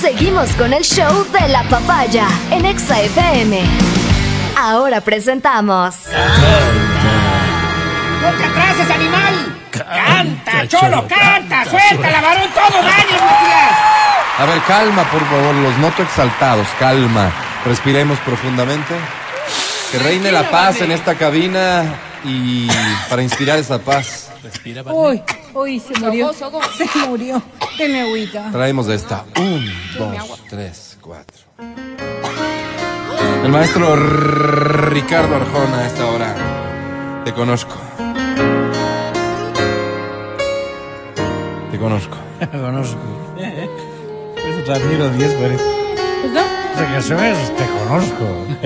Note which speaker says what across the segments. Speaker 1: Seguimos con el show de la papaya en Exa FM. Ahora presentamos.
Speaker 2: ¡No te atrases, animal! ¡Canta, cholo, canta! ¡Suéltala, varón! ¡Todo daño, Matías!
Speaker 3: A ver, calma, por favor, los noto exaltados, calma. Respiremos profundamente. Que reine la paz en esta cabina y para inspirar esa paz
Speaker 4: Uy, uy, se murió. Se murió. Deme agüita.
Speaker 3: traemos esta. Un, dos, tres, cuatro. El maestro R- Ricardo Arjona a esta hora. Te conozco. Te conozco.
Speaker 5: conozco. Es Ramiro Díaz, parece.
Speaker 4: ¿Verdad?
Speaker 5: Esa canción es pues, Te conozco.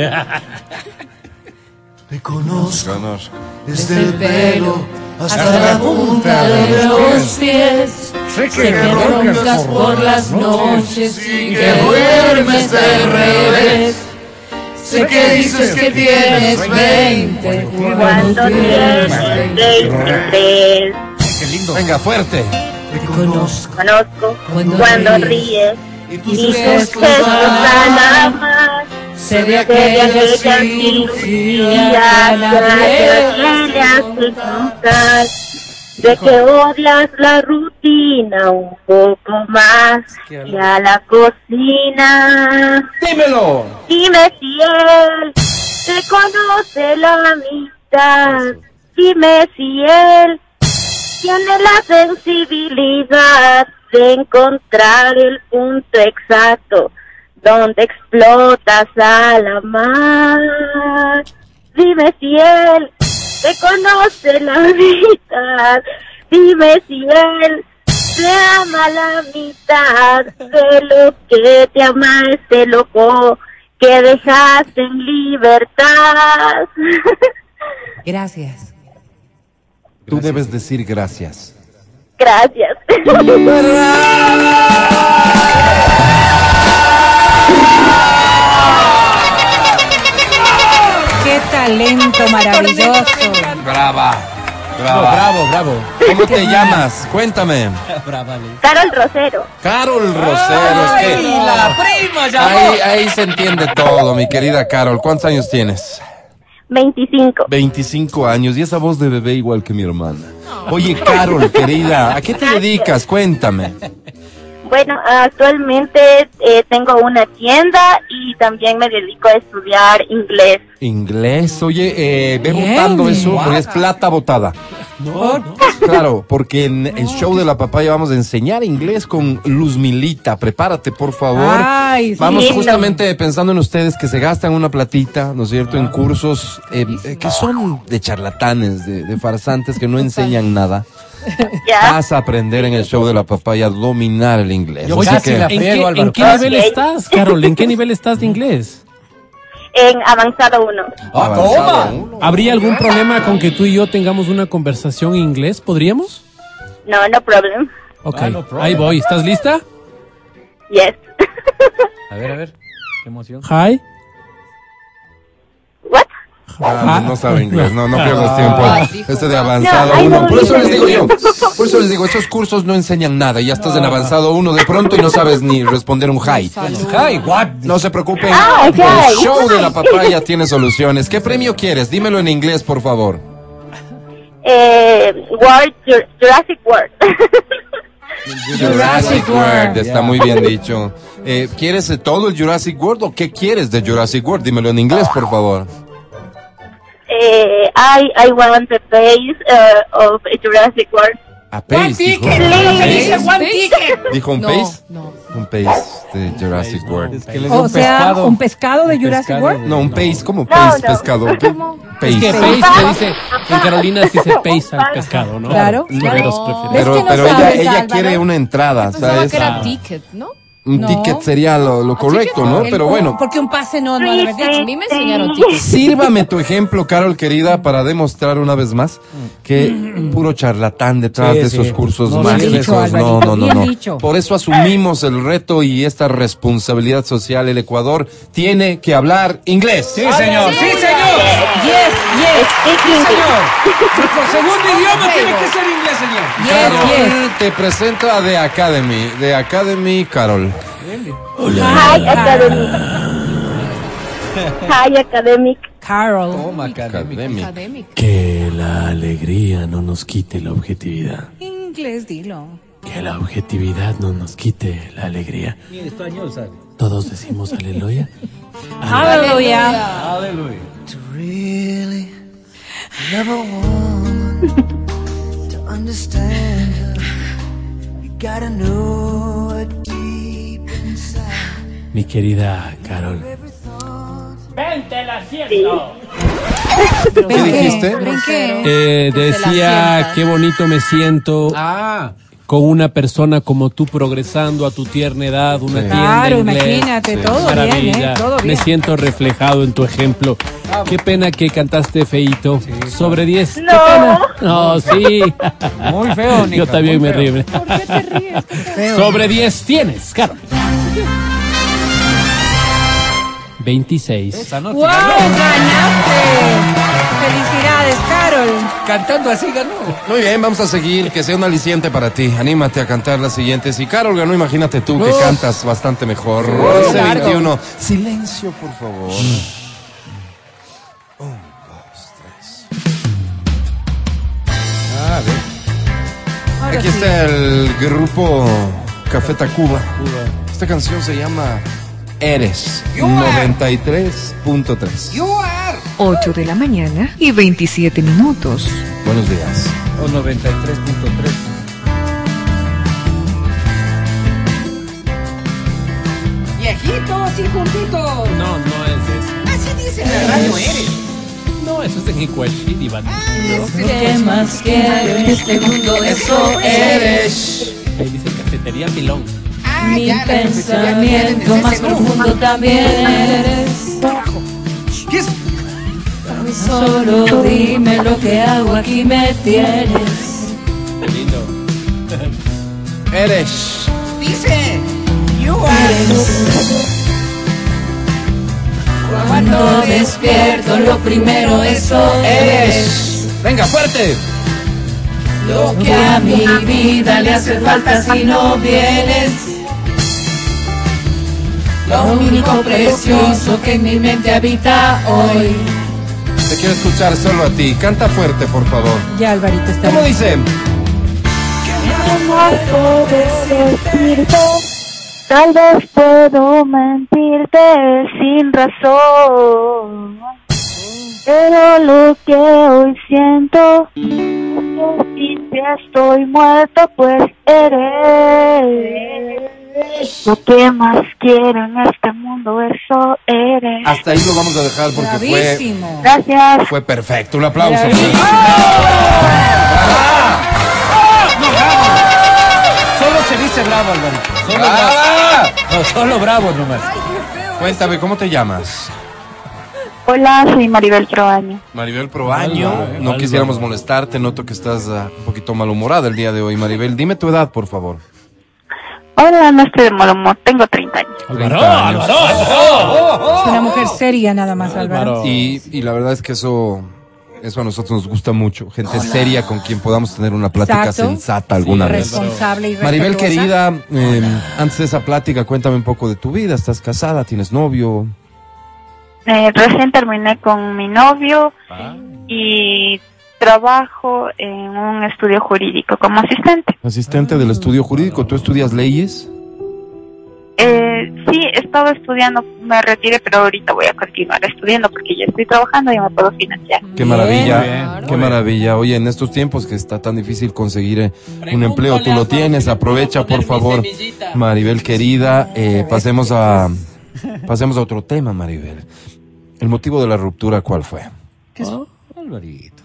Speaker 6: Te
Speaker 3: Te
Speaker 6: conozco
Speaker 3: conozco.
Speaker 6: desde el pelo hasta la punta de los
Speaker 5: los
Speaker 7: pies
Speaker 5: Sé que
Speaker 7: me roncas por las noches y que duermes del revés. Sé que dices que tienes 20 cuando tienes
Speaker 8: 23.
Speaker 5: Qué lindo.
Speaker 3: Venga, fuerte.
Speaker 6: Te conozco
Speaker 8: Conozco
Speaker 7: Cuando
Speaker 8: cuando
Speaker 7: ríes
Speaker 8: ríes
Speaker 6: y tus
Speaker 8: y
Speaker 6: gestos
Speaker 8: tus gestos
Speaker 7: van
Speaker 8: nada más.
Speaker 7: Sé de
Speaker 8: De
Speaker 7: aquella
Speaker 8: aquellas
Speaker 7: cirugía
Speaker 8: cirugías,
Speaker 7: a
Speaker 8: de aquellas
Speaker 7: la que
Speaker 8: cirugías, de que odias la rutina un poco más y a la cocina.
Speaker 3: Dímelo.
Speaker 8: Dime si él te conoce la amistad. Dime si él tiene la sensibilidad de encontrar el punto exacto donde explotas a la mar. Dime si él te conoce la mitad. Dime si él te ama la mitad de lo que te ama este loco que dejaste en libertad.
Speaker 4: Gracias.
Speaker 3: Tú debes decir gracias.
Speaker 8: Gracias.
Speaker 4: Qué talento maravilloso.
Speaker 3: Brava. Brava.
Speaker 5: Bravo, bravo.
Speaker 3: Ah. ¿Cómo te llamas? Cuéntame.
Speaker 8: Carol Rosero.
Speaker 3: Carol Rosero. es que
Speaker 2: prima
Speaker 3: ahí, ahí se entiende todo, mi querida Carol. ¿Cuántos años tienes?
Speaker 8: 25.
Speaker 3: 25 años y esa voz de bebé igual que mi hermana. Oye, Carol, querida, ¿a qué te dedicas? Cuéntame.
Speaker 8: Bueno, actualmente eh, tengo una tienda y también me dedico a estudiar inglés.
Speaker 3: Inglés, oye, eh, ve
Speaker 4: Bien.
Speaker 3: botando eso, porque es plata botada. Claro, porque en el show de la papaya vamos a enseñar inglés con Luz Milita. Prepárate, por favor.
Speaker 4: Ay, sí.
Speaker 3: Vamos
Speaker 8: Lindo.
Speaker 3: justamente pensando en ustedes que se gastan una platita, ¿no es cierto?, en cursos eh, eh, que son de charlatanes, de, de farsantes que no enseñan nada.
Speaker 8: Ya.
Speaker 3: Vas a aprender en el show de la papaya a dominar el inglés.
Speaker 5: Yo
Speaker 3: Así
Speaker 5: casi
Speaker 3: que-
Speaker 5: la
Speaker 9: ¿En
Speaker 5: friego,
Speaker 9: qué, en
Speaker 5: Álvaro.
Speaker 9: qué
Speaker 5: Casi.
Speaker 9: nivel
Speaker 8: Ok.
Speaker 9: estás, Carol? ¿En qué nivel estás de inglés?
Speaker 8: En avanzado uno.
Speaker 5: ¡Ah,
Speaker 3: Avanzado,
Speaker 5: toma!
Speaker 3: ¿no?
Speaker 9: ¿Habría algún problema con que tú y yo tengamos una conversación en inglés? ¿Podríamos?
Speaker 8: No, no problem.
Speaker 9: Ok,
Speaker 5: Ah, no problem.
Speaker 9: ahí voy. ¿Estás lista?
Speaker 8: Yes.
Speaker 5: A ver, a ver. Qué emoción.
Speaker 9: Hi.
Speaker 8: What?
Speaker 3: Ah, no, no sabe inglés, no, no pierdas
Speaker 4: Ah,
Speaker 3: tiempo.
Speaker 4: dijo,
Speaker 3: Este de
Speaker 4: ah.
Speaker 3: avanzado
Speaker 8: No, I
Speaker 3: uno.
Speaker 8: don't
Speaker 3: Por eso les digo yo,
Speaker 8: know.
Speaker 3: por eso les digo, esos cursos no enseñan nada. Ya estás en avanzado uno de pronto y no sabes ni responder un hi.
Speaker 5: Hi, what?
Speaker 3: No se preocupen.
Speaker 8: Ah, ok.
Speaker 3: El show de la papaya tiene soluciones. ¿Qué premio quieres? Dímelo en inglés, por favor.
Speaker 8: Eh, World, Jur- Jurassic World.
Speaker 3: Jurassic World. Está muy bien dicho. Eh, ¿Quieres eh, todo el Jurassic World o qué quieres de Jurassic World? Dímelo en inglés, por favor.
Speaker 8: eh, I, I want the face uh, of Jurassic World.
Speaker 3: A pace, dijo.
Speaker 2: dice one ticket!
Speaker 3: Dijo un
Speaker 4: No,
Speaker 3: pace.
Speaker 4: no.
Speaker 3: Un pace de Jurassic World.
Speaker 5: Es que él es
Speaker 4: O
Speaker 5: un
Speaker 4: sea,
Speaker 5: pescado.
Speaker 4: un pescado de Jurassic
Speaker 5: pescado
Speaker 4: World.
Speaker 3: No, un pace, ¿cómo pace,
Speaker 8: no.
Speaker 3: pescado? ¿Qué?
Speaker 9: Es que
Speaker 3: Pace.
Speaker 9: pace se dice, en Carolina se dice pace al pescado, ¿no?
Speaker 4: Claro,
Speaker 9: Los
Speaker 4: claro.
Speaker 9: guerreros prefieren.
Speaker 3: Pero,
Speaker 4: Es que no
Speaker 3: pero ella,
Speaker 4: sabes,
Speaker 3: ella
Speaker 4: Álvaro.
Speaker 3: quiere una entrada,
Speaker 7: Pues
Speaker 3: ¿sabes?
Speaker 10: ticket, ¿no?
Speaker 3: Un
Speaker 4: No.
Speaker 3: ticket sería lo, lo correcto, ¿no?
Speaker 4: El-
Speaker 3: Pero bueno.
Speaker 4: Porque un pase no, no lo habría
Speaker 10: A
Speaker 4: dicho.
Speaker 10: mí me enseñaron ticket.
Speaker 3: Sírvame tu ejemplo, Carol querida, para demostrar una vez más que puro charlatán detrás
Speaker 5: Sí,
Speaker 3: de
Speaker 5: sí.
Speaker 3: esos cursos
Speaker 5: No,
Speaker 4: bien
Speaker 3: mágicos.
Speaker 4: dicho,
Speaker 3: no,
Speaker 4: Alvarito,
Speaker 3: no, no,
Speaker 4: bien
Speaker 3: no.
Speaker 4: dicho.
Speaker 3: Por eso asumimos el reto y esta responsabilidad social. El Ecuador tiene que hablar inglés.
Speaker 5: Sí, señor. Sí, señor.
Speaker 4: Yes, yes,
Speaker 5: Sí, señor. Nuestro segundo idioma tiene que ser inglés, señor.
Speaker 4: yes, yes.
Speaker 3: Carol te presenta The Academy. The Academy, Carol.
Speaker 9: Chile.
Speaker 8: Hi, academic. Hi, academic.
Speaker 4: Carol.
Speaker 3: Toma, académica.
Speaker 4: Academic.
Speaker 5: Que la alegría no nos quite la objetividad.
Speaker 4: Inglés, dilo.
Speaker 5: Que la objetividad no nos quite la alegría.
Speaker 10: Y en español sale.
Speaker 5: Todos decimos aleluya.
Speaker 4: Aleluya.
Speaker 10: Aleluya.
Speaker 6: really never want to understand her. You gotta know her deep inside.
Speaker 5: Mi querida Carol.
Speaker 6: Every thought
Speaker 2: ¡Vente el asiento!
Speaker 3: ¿Qué dijiste?
Speaker 9: Eh, decía, qué bonito me siento
Speaker 10: Ah,
Speaker 9: con una persona como tú progresando a tu tierna edad, una
Speaker 3: Sí.
Speaker 9: tienda
Speaker 4: Claro,
Speaker 9: inglés.
Speaker 4: imagínate,
Speaker 9: Sí.
Speaker 4: todo bien,
Speaker 9: Maravilla.
Speaker 4: ¿eh? Todo
Speaker 9: Me
Speaker 4: bien.
Speaker 9: siento reflejado en tu ejemplo. Qué pena que cantaste feito. Sobre 10.
Speaker 8: No.
Speaker 9: Qué pena. No, sí.
Speaker 10: muy feo, Nica,
Speaker 9: Yo también
Speaker 10: muy
Speaker 9: me
Speaker 10: feo.
Speaker 9: río. mira.
Speaker 4: ¿Por qué te ríes?
Speaker 9: Sobre 10 tienes, claro. 26.
Speaker 10: esa noche
Speaker 4: ¡Wow!
Speaker 10: ganó.
Speaker 4: ¡Ganaste! ¡Felicidades, Carol!
Speaker 10: Cantando así ganó.
Speaker 3: Muy bien, vamos a seguir. Que sea un aliciente para ti. Anímate a cantar las siguientes. Y Carol ganó, imagínate tú, que
Speaker 10: Uf.
Speaker 3: cantas bastante mejor.
Speaker 10: Sí, claro.
Speaker 3: 11-21. Silencio, por favor.
Speaker 10: Ah, bien.
Speaker 4: Ahora
Speaker 3: Aquí
Speaker 4: sí.
Speaker 3: está el grupo Café Tacuba. Esta canción se llama Eres
Speaker 10: eh.
Speaker 3: 93.3.
Speaker 2: ¡You are!
Speaker 11: 8 de la mañana y 27 minutos.
Speaker 3: Buenos días.
Speaker 10: O 93.3.
Speaker 2: ¡Viejitos y juntitos!
Speaker 9: No, no es
Speaker 2: Así dice la radio eres.
Speaker 9: eso. No, eso es de Nicuelchid, Iván.
Speaker 7: ¿Qué más quiero en este mundo? Eso eres.
Speaker 9: Ahí dice cafetería Milón.
Speaker 2: Ah,
Speaker 7: Mi
Speaker 2: ya, la
Speaker 7: pensamiento más profundo también eres.
Speaker 10: ¿Qué es?
Speaker 7: Solo dime lo que hago, aquí me tienes.
Speaker 9: Qué lindo.
Speaker 3: Eres.
Speaker 2: Dice, you are.
Speaker 7: Cuando despierto, lo primero eso eres.
Speaker 3: Venga, fuerte.
Speaker 7: Lo que a mi vida le hace falta si no vienes. Lo único precioso que en mi mente habita hoy.
Speaker 3: Te quiero escuchar solo a ti. Canta fuerte, por favor.
Speaker 4: Ya, Alvarito, está
Speaker 3: ¿Cómo
Speaker 4: bien.
Speaker 3: dice?
Speaker 8: Puedo decirte, tal vez puedo mentirte sin razón. Pero lo que hoy siento es que sin ti estoy muerto, pues eres. Lo que más quiero en este mundo, eso eres.
Speaker 3: Hasta ahí lo vamos a dejar porque fue,
Speaker 4: Bravísimo.
Speaker 8: Gracias.
Speaker 3: fue perfecto. Un aplauso. ¡Ah!
Speaker 10: Solo se dice bravo, Alvarito. Solo bravo.
Speaker 3: ¡Brava!
Speaker 10: No, solo bravo nomás.
Speaker 3: Cuéntame, ¿cómo te llamas?
Speaker 8: Hola, soy Maribel Troaño.
Speaker 3: Maribel Proaño.
Speaker 9: Álvaro, eh,
Speaker 3: no
Speaker 9: Álvaro.
Speaker 3: quisiéramos molestarte. Noto que estás ah, un poquito malhumorada el día de hoy, Maribel. Dime tu edad, por favor.
Speaker 8: Hola, no estoy de mal humor, tengo 30 años.
Speaker 3: 30 años.
Speaker 4: Es una mujer
Speaker 7: Oh.
Speaker 4: seria nada más, Alvarito.
Speaker 9: Álvaro.
Speaker 3: Y, y la verdad es que eso, eso a nosotros nos gusta mucho. Gente seria con quien podamos tener una plática
Speaker 4: Exacto.
Speaker 3: sensata alguna vez.
Speaker 4: Responsable y
Speaker 3: Maribel
Speaker 4: respetuosa.
Speaker 3: querida, eh, antes de esa plática, cuéntame un poco de tu vida. ¿Estás casada? ¿Tienes novio?
Speaker 8: Eh, recién terminé con mi novio y trabajo en un estudio jurídico como asistente.
Speaker 3: Asistente del estudio jurídico. ¿Tú estudias leyes?
Speaker 8: Eh, sí, estaba estudiando, me retiré, pero ahorita voy a continuar estudiando porque ya estoy trabajando y me puedo financiar.
Speaker 3: Qué
Speaker 4: Bien,
Speaker 3: maravilla,
Speaker 10: claro.
Speaker 3: qué maravilla. Oye, en estos tiempos que está tan difícil conseguir eh, un empleo, tú lo tienes, aprovecha por favor. Maribel querida, eh, pasemos a pasemos a otro tema, Maribel. El motivo de la ruptura, ¿cuál fue?
Speaker 12: Oh,
Speaker 10: Alvarito.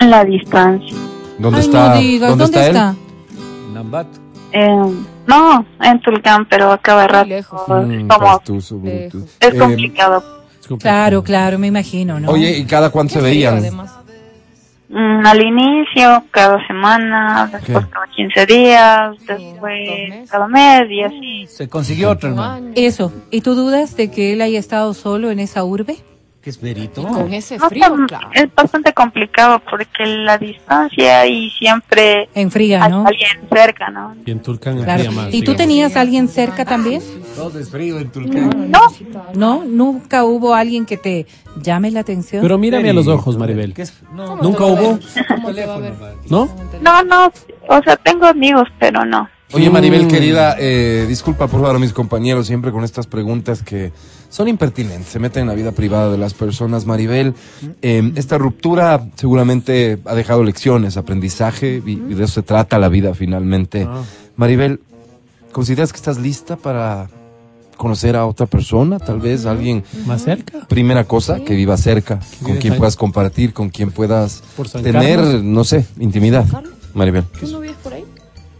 Speaker 8: La distancia.
Speaker 3: ¿Dónde
Speaker 4: Ay,
Speaker 3: está?
Speaker 4: no digas,
Speaker 3: ¿Dónde, está, él?
Speaker 10: Nambato.
Speaker 8: Eh, no, en Tulcán, pero a cada rato
Speaker 11: lejos.
Speaker 8: es
Speaker 3: Mm,
Speaker 8: como
Speaker 3: pastuso, brutus.
Speaker 8: Pues, es
Speaker 3: Eh,
Speaker 8: complicado.
Speaker 4: Claro, claro, me imagino, ¿no?
Speaker 3: Oye, ¿y cada cuánto se veían?
Speaker 11: Además,
Speaker 8: Mm, al inicio, cada semana, después
Speaker 3: Ok.
Speaker 8: cada 15 días,
Speaker 11: dos
Speaker 8: después
Speaker 11: meses.
Speaker 8: cada mes y así.
Speaker 10: Se consiguió otro,
Speaker 11: un
Speaker 10: hermano.
Speaker 11: año.
Speaker 4: Eso. ¿Y tú dudas de que él haya estado solo en esa urbe?
Speaker 10: ¿Qué es Berito?
Speaker 11: Y con ese
Speaker 8: No,
Speaker 11: frío,
Speaker 8: tam-
Speaker 11: claro.
Speaker 8: Es bastante complicado porque la distancia y siempre
Speaker 4: En fría,
Speaker 8: hay
Speaker 4: ¿no?
Speaker 8: alguien cerca, ¿no?
Speaker 9: Y en Tulcán
Speaker 4: Claro.
Speaker 9: enfría más,
Speaker 4: ¿Y tú
Speaker 9: digamos.
Speaker 4: tenías a alguien cerca también?
Speaker 12: Todo es frío en Tulcán.
Speaker 4: No, no, nunca hubo alguien que te llame la atención.
Speaker 9: Pero mírame a los ojos, Maribel.
Speaker 4: ¿Cómo
Speaker 9: Nunca
Speaker 4: te va a
Speaker 9: hubo,
Speaker 4: ver? ¿Cómo te va a ver?
Speaker 9: ¿no?
Speaker 13: No, no, o sea, tengo amigos, pero no.
Speaker 3: Oye, Maribel, querida, eh, disculpa por favor a mis compañeros siempre con estas preguntas que son impertinentes, se meten en la vida privada de las personas. Maribel, eh, esta ruptura seguramente ha dejado lecciones, aprendizaje, y, y de eso se trata la vida finalmente. Maribel, ¿consideras que estás lista para conocer a otra persona? Tal vez alguien...
Speaker 9: Más cerca.
Speaker 3: Primera cosa, que viva cerca, con
Speaker 9: viva
Speaker 3: quien
Speaker 9: cerca.
Speaker 3: puedas compartir, con quien puedas
Speaker 9: Por San
Speaker 3: tener,
Speaker 9: Carlos.
Speaker 3: no sé, intimidad. Maribel.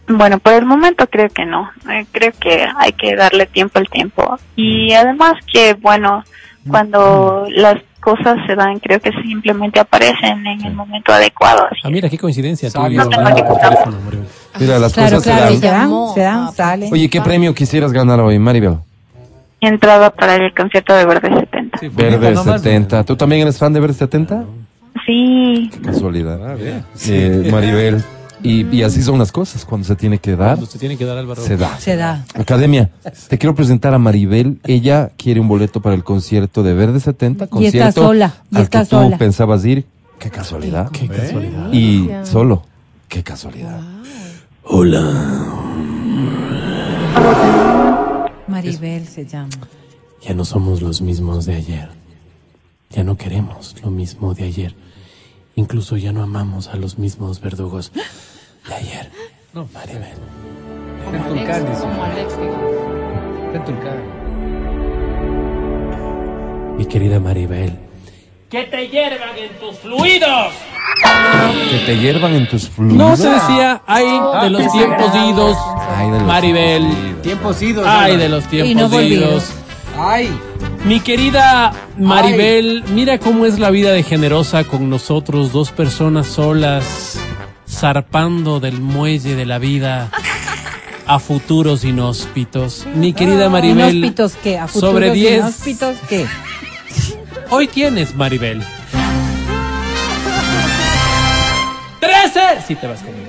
Speaker 13: Bueno, por el momento creo que no. Eh, creo que hay que darle tiempo al tiempo. Y además que, bueno, cuando las cosas se dan, creo que simplemente aparecen en el momento adecuado.
Speaker 9: Ah, mira, qué coincidencia. Tú y
Speaker 13: No
Speaker 9: yo
Speaker 13: te
Speaker 9: hablando por
Speaker 13: preocupes.
Speaker 9: teléfono, Maribel.
Speaker 3: Mira, las
Speaker 4: Claro,
Speaker 3: cosas
Speaker 4: claro,
Speaker 3: se
Speaker 4: se
Speaker 3: dan.
Speaker 4: dan, se dan, salen.
Speaker 3: Oye, ¿qué premio quisieras ganar hoy, Maribel?
Speaker 13: Entrada para el concierto de Verde 70.
Speaker 3: Verde 70. ¿Tú también eres fan de Verde 70?
Speaker 13: Sí,
Speaker 3: Qué casualidad. Eh, Maribel. Y, y así son las cosas. Cuando se tiene que dar,
Speaker 9: Cuando se tiene que dar Álvaro.
Speaker 3: se da.
Speaker 4: Se da.
Speaker 3: Academia, te quiero presentar a Maribel. Ella quiere un boleto para el concierto de Verde 70.
Speaker 4: Y está
Speaker 3: Concierto
Speaker 4: sola, y
Speaker 3: al
Speaker 4: está
Speaker 3: que tú
Speaker 4: sola.
Speaker 3: pensabas ir. Qué casualidad. Qué
Speaker 9: casualidad.
Speaker 3: Y solo. Qué casualidad. Hola.
Speaker 4: Maribel se llama.
Speaker 9: Ya no somos los mismos de ayer. Ya no queremos lo mismo de ayer. Incluso ya no amamos a los mismos verdugos de ayer. No, Maribel.
Speaker 12: En Tulcán, dice. En Tulcán.
Speaker 9: Mi querida Maribel.
Speaker 2: Que te hiervan en tus fluidos.
Speaker 3: Que te hiervan en tus fluidos.
Speaker 9: No se decía, ay,
Speaker 12: Ah,
Speaker 9: de los tiempos idos,
Speaker 3: Ay, de los
Speaker 9: Maribel.
Speaker 12: Tiempos idos.
Speaker 9: Ay,
Speaker 12: Álvaro.
Speaker 9: de los
Speaker 12: Y no
Speaker 9: tiempos
Speaker 12: volvieron.
Speaker 9: idos.
Speaker 12: Ay.
Speaker 9: Mi querida Maribel, mira cómo es la vida de generosa con nosotros, dos personas solas, zarpando del muelle de la vida a futuros inhóspitos. Mi querida Maribel,
Speaker 4: Ah, Inhóspitos que a futuros
Speaker 9: sobre 10,
Speaker 4: Inhóspitos que
Speaker 9: hoy tienes Maribel. 13. Si te vas conmigo.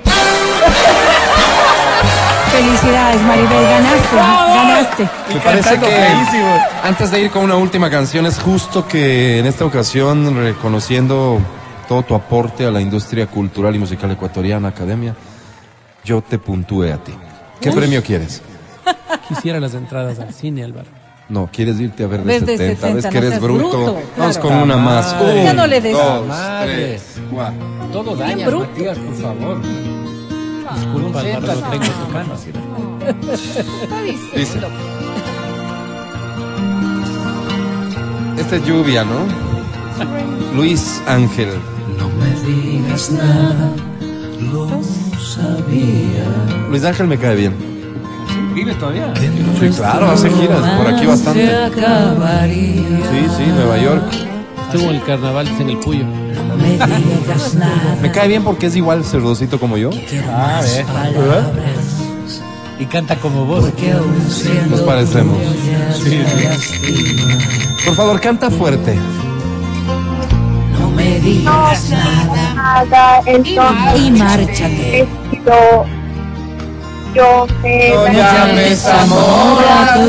Speaker 4: felicidades Maribel, ganaste, ganaste.
Speaker 3: Me parece que antes de ir con una última canción es justo que en esta ocasión, reconociendo todo tu aporte a la industria cultural y musical ecuatoriana, academia, yo te puntúe a ti. ¿Qué
Speaker 9: Uy.
Speaker 3: premio quieres?
Speaker 9: Quisiera las entradas al cine, Álvaro.
Speaker 3: No, quieres irte a ver de
Speaker 9: Verde
Speaker 3: 70, ves
Speaker 9: 70,
Speaker 3: que
Speaker 9: no
Speaker 3: eres
Speaker 9: seas
Speaker 3: bruto.
Speaker 9: bruto,
Speaker 3: Vamos
Speaker 9: claro.
Speaker 3: con una más.
Speaker 9: Madre.
Speaker 4: Ya no le des.
Speaker 3: dos,
Speaker 12: Madre.
Speaker 3: tres, cuatro.
Speaker 12: Todo daña, Matías, por favor.
Speaker 9: Disculpa, Álvaro,
Speaker 12: Concéntrate
Speaker 9: tengo
Speaker 12: en
Speaker 9: tu
Speaker 12: tu capacidad.
Speaker 3: Dice. Esta es lluvia, ¿no? Luis Ángel.
Speaker 6: No me digas nada, lo sabía.
Speaker 3: Luis Ángel me cae bien.
Speaker 12: Vive todavía.
Speaker 3: Sí, claro, hace giras por aquí bastante.
Speaker 6: Se acabaría.
Speaker 3: Sí, sí, Nueva York.
Speaker 9: Estuvo el carnaval en el Puyo.
Speaker 6: No me digas nada.
Speaker 3: Me cae bien porque es igual cerdocito como yo.
Speaker 12: Ah, ve. Y canta como vos.
Speaker 6: Que aún siendo
Speaker 3: Nos parecemos.
Speaker 6: sí.
Speaker 3: Por favor, canta fuerte.
Speaker 6: No me digas nada.
Speaker 8: Nada, entonces
Speaker 4: Y márchate.
Speaker 8: decido- yo me
Speaker 6: No llames amor a tu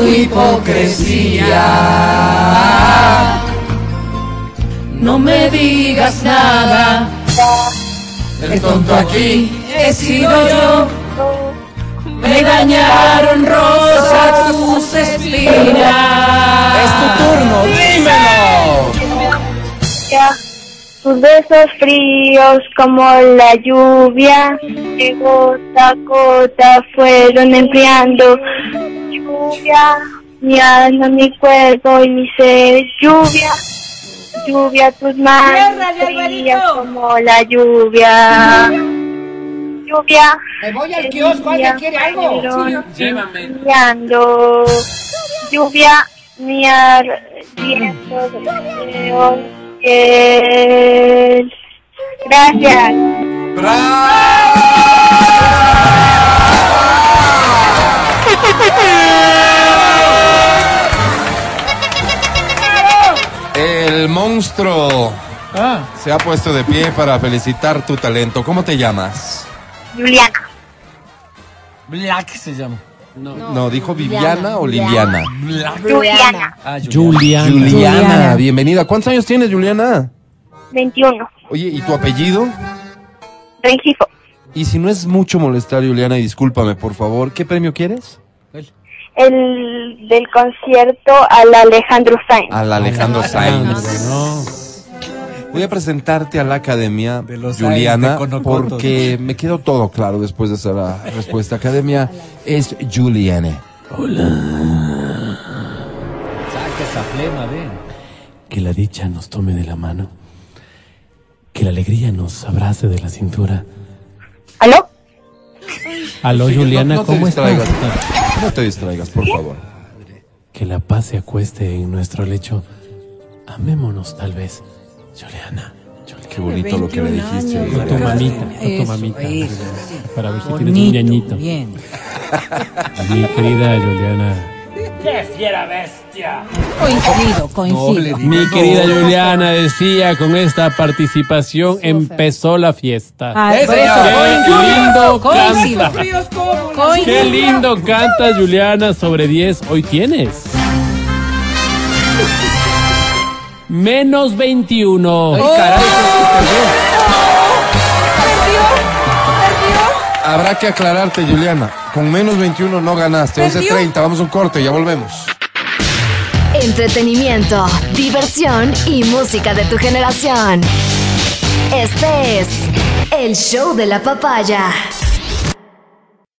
Speaker 6: hipocresía. No me digas nada. El tonto aquí he sido yo. Me dañaron rosas tus espinas.
Speaker 3: turno, dímelo.
Speaker 8: Ya, Tus besos fríos como la lluvia que gota a gota fueron enfriando. Lluvia, mi alma, mi cuerpo y mi ser. Lluvia, lluvia, tus manos frías como la lluvia. Lluvia.
Speaker 2: Me voy al kiosco, alguien quiere algo.
Speaker 8: fueron
Speaker 9: Llévame.
Speaker 8: Lluvia, lluvia, mi ar, vientos, león, piel. Gracias.
Speaker 3: El monstruo se ha puesto de pie para felicitar tu talento. ¿Cómo te llamas?
Speaker 8: Juliana.
Speaker 12: Black se llama.
Speaker 3: No, dijo Viviana o Liliana.
Speaker 8: Juliana,
Speaker 3: Ah, Juliana. Juliana, bienvenida. ¿Cuántos años tienes, Juliana?
Speaker 8: 21.
Speaker 3: Oye, ¿y tu apellido?
Speaker 8: Rengifo.
Speaker 3: Y si no es mucho molestar, Juliana, y discúlpame, por favor, ¿qué premio quieres?
Speaker 8: El del concierto al Alejandro Sainz.
Speaker 3: Al Alejandro Sainz. Voy a presentarte a la academia, Juliana,
Speaker 12: Sainz de Conocoto.
Speaker 3: porque me quedó todo claro después de esa la respuesta. Academia es Juliana.
Speaker 12: Saca esa flema, ven.
Speaker 9: Que la dicha nos tome de la mano. Que la alegría nos abrace de la cintura.
Speaker 8: ¿Aló?
Speaker 9: Aló,
Speaker 3: Sí, no-
Speaker 9: Juliana,
Speaker 3: no te
Speaker 9: ¿cómo estás?
Speaker 3: distraigas. No te distraigas, por favor.
Speaker 9: Que la paz se acueste en nuestro lecho. Amémonos, tal vez. Juliana.
Speaker 3: Qué bonito lo que le dijiste.
Speaker 9: Con tu mamita, con tu
Speaker 3: Eso,
Speaker 9: mamita.
Speaker 3: eso.
Speaker 9: Para ver si tienes un ñañito.
Speaker 10: bien.
Speaker 9: Mi querida Juliana.
Speaker 2: ¡Qué fiera bestia!
Speaker 10: Coincido, coincido.
Speaker 9: Mi querida Juliana decía, con esta participación empezó la fiesta.
Speaker 4: Ah,
Speaker 10: Ay, por eso,
Speaker 9: ¡Qué
Speaker 10: coincido,
Speaker 9: lindo
Speaker 10: coincido.
Speaker 9: canta! ¡Qué lindo canta Juliana sobre 10! Hoy tienes. Menos 21.
Speaker 3: Habrá que aclararte, Juliana. Con menos 21 no ganaste. 11.30, vamos a un corte, ya volvemos.
Speaker 1: Entretenimiento, diversión y música de tu generación. Este es el show de la papaya.